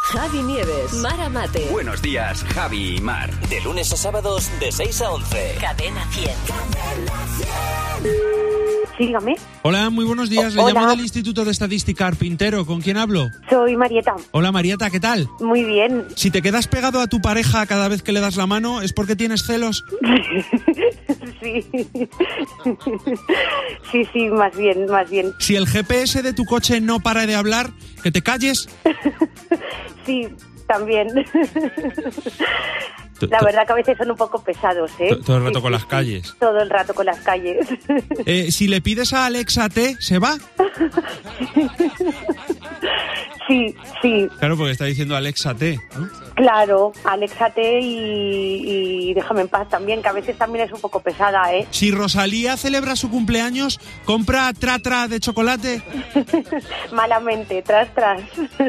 Javi Nieves, Mara Mate, Buenos días, Javi y Mar. De lunes a sábados de 6 a 11. Cadena 100. Sí, dígame. Hola, muy buenos días. Le Hola. llamo del Instituto de Estadística Arpintero. ¿Con quién hablo? Soy Marieta. Hola, Marieta, ¿qué tal? Muy bien. Si te quedas pegado a tu pareja cada vez que le das la mano, ¿es porque tienes celos? sí. sí, sí, más bien, más bien. Si el GPS de tu coche no para de hablar, ¿que te calles? Sí, también. La verdad que a veces son un poco pesados, ¿eh? To- todo el rato Sí, con sí, las sí. calles. Todo el rato con las calles. Eh, si le pides a Alexa T, ¿se va? sí, sí, Claro, porque está diciendo Alexa T. ¿no? claro. Aléxate y, y déjame en paz también, que a veces también es un poco pesada, ¿eh? Si Rosalía celebra su cumpleaños, compra tratra de chocolate. Malamente, tras, tras.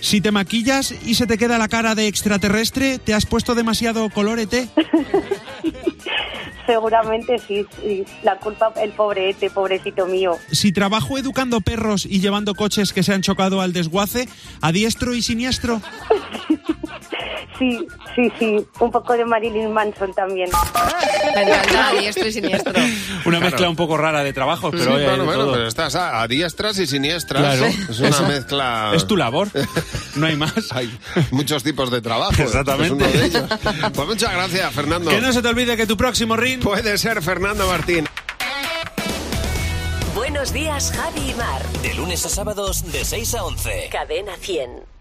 Si te maquillas y se te queda la cara de extraterrestre, ¿te has puesto demasiado E colorete? Seguramente sí, sí. La culpa, el pobre Ete, pobrecito mío. Si trabajo educando perros y llevando coches que se han chocado al desguace, a diestro y siniestro. Sí, sí, sí. Un poco de Marilyn Manson también. Me encanta, diestro y siniestro. Una Claro. mezcla un poco rara de trabajos, pero Sí, oye, claro, de bueno, todo. pero estás a, a diestras y siniestras. Claro. Es una Eso- mezcla. Es tu labor, no hay más. Hay muchos tipos de trabajo. Exactamente. Es uno de ellos. Pues muchas gracias, Fernando. Que no se te olvide que tu próximo ring Puede ser Fernando Martín. Buenos días, Javi y Mar. De lunes a sábados de 6 a 11. Cadena 100.